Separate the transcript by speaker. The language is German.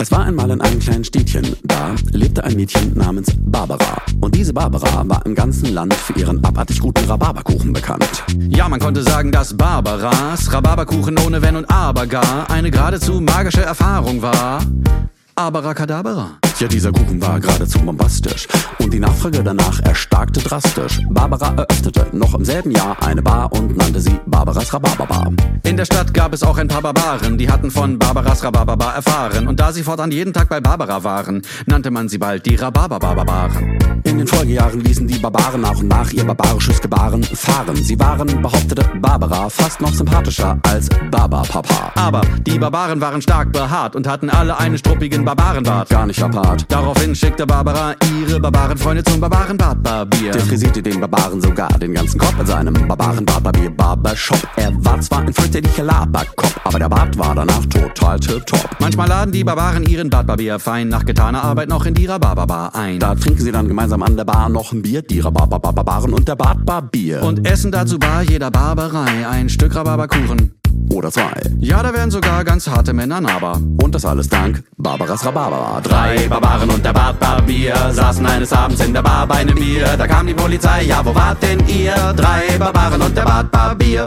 Speaker 1: Es war einmal in einem kleinen Städtchen, da lebte ein Mädchen namens Barbara. Und diese Barbara war im ganzen Land für ihren abartig guten Rhabarberkuchen bekannt.
Speaker 2: Ja, man konnte sagen, dass Barbaras Rhabarberkuchen ohne Wenn und Aber gar eine geradezu magische Erfahrung war. Abracadabra.
Speaker 1: Ja, dieser Kuchen war geradezu bombastisch und die Nachfrage danach erstarkte drastisch. Barbara eröffnete noch im selben Jahr eine Bar und nannte sie Barbaras Rhabarberbar.
Speaker 2: In der Stadt gab es auch ein paar Barbaren, die hatten von Barbaras Rhabarberbar erfahren. Und da sie fortan jeden Tag bei Barbara waren, nannte man sie bald die Rhabarberbarbaren.
Speaker 1: In den Folgejahren ließen die Barbaren auch nach ihr barbarisches Gebaren fahren. Sie waren, behauptete Barbara, fast noch sympathischer als Barbarpapa.
Speaker 2: Aber die Barbaren waren stark behaart und hatten alle einen struppigen Barbarenbart.
Speaker 1: Gar nicht apart.
Speaker 2: Daraufhin schickte Barbara ihre Barbarenfreunde zum Barbarenbartbarbier.
Speaker 1: Der frisierte den Barbaren sogar den ganzen Kopf in seinem Barbarenbartbarbier Barbershop. Er war zwar ein fürchterlicher Laberkopf, aber der Bart war danach total tipptopp.
Speaker 2: Manchmal laden die Barbaren ihren Bartbarbier fein nach getaner Arbeit noch in die Rhabarberbar ein.
Speaker 1: Da trinken sie dann gemeinsam an der Bar noch ein Bier, die Rhabarberbarbaren und der Bartbarbier.
Speaker 2: Und essen dazu bei jeder Barbarei ein Stück Rhabarberkuchen.
Speaker 1: Oder zwei.
Speaker 2: Ja, da werden sogar ganz harte Männer nahbar.
Speaker 1: Und das alles dank Barbaras Rhabarber.
Speaker 2: Drei Barbaren und der Bartbarbier saßen eines Abends in der Bar bei einem Bier. Da kam die Polizei, ja, wo wart denn ihr? Drei Barbaren und der Bartbarbier.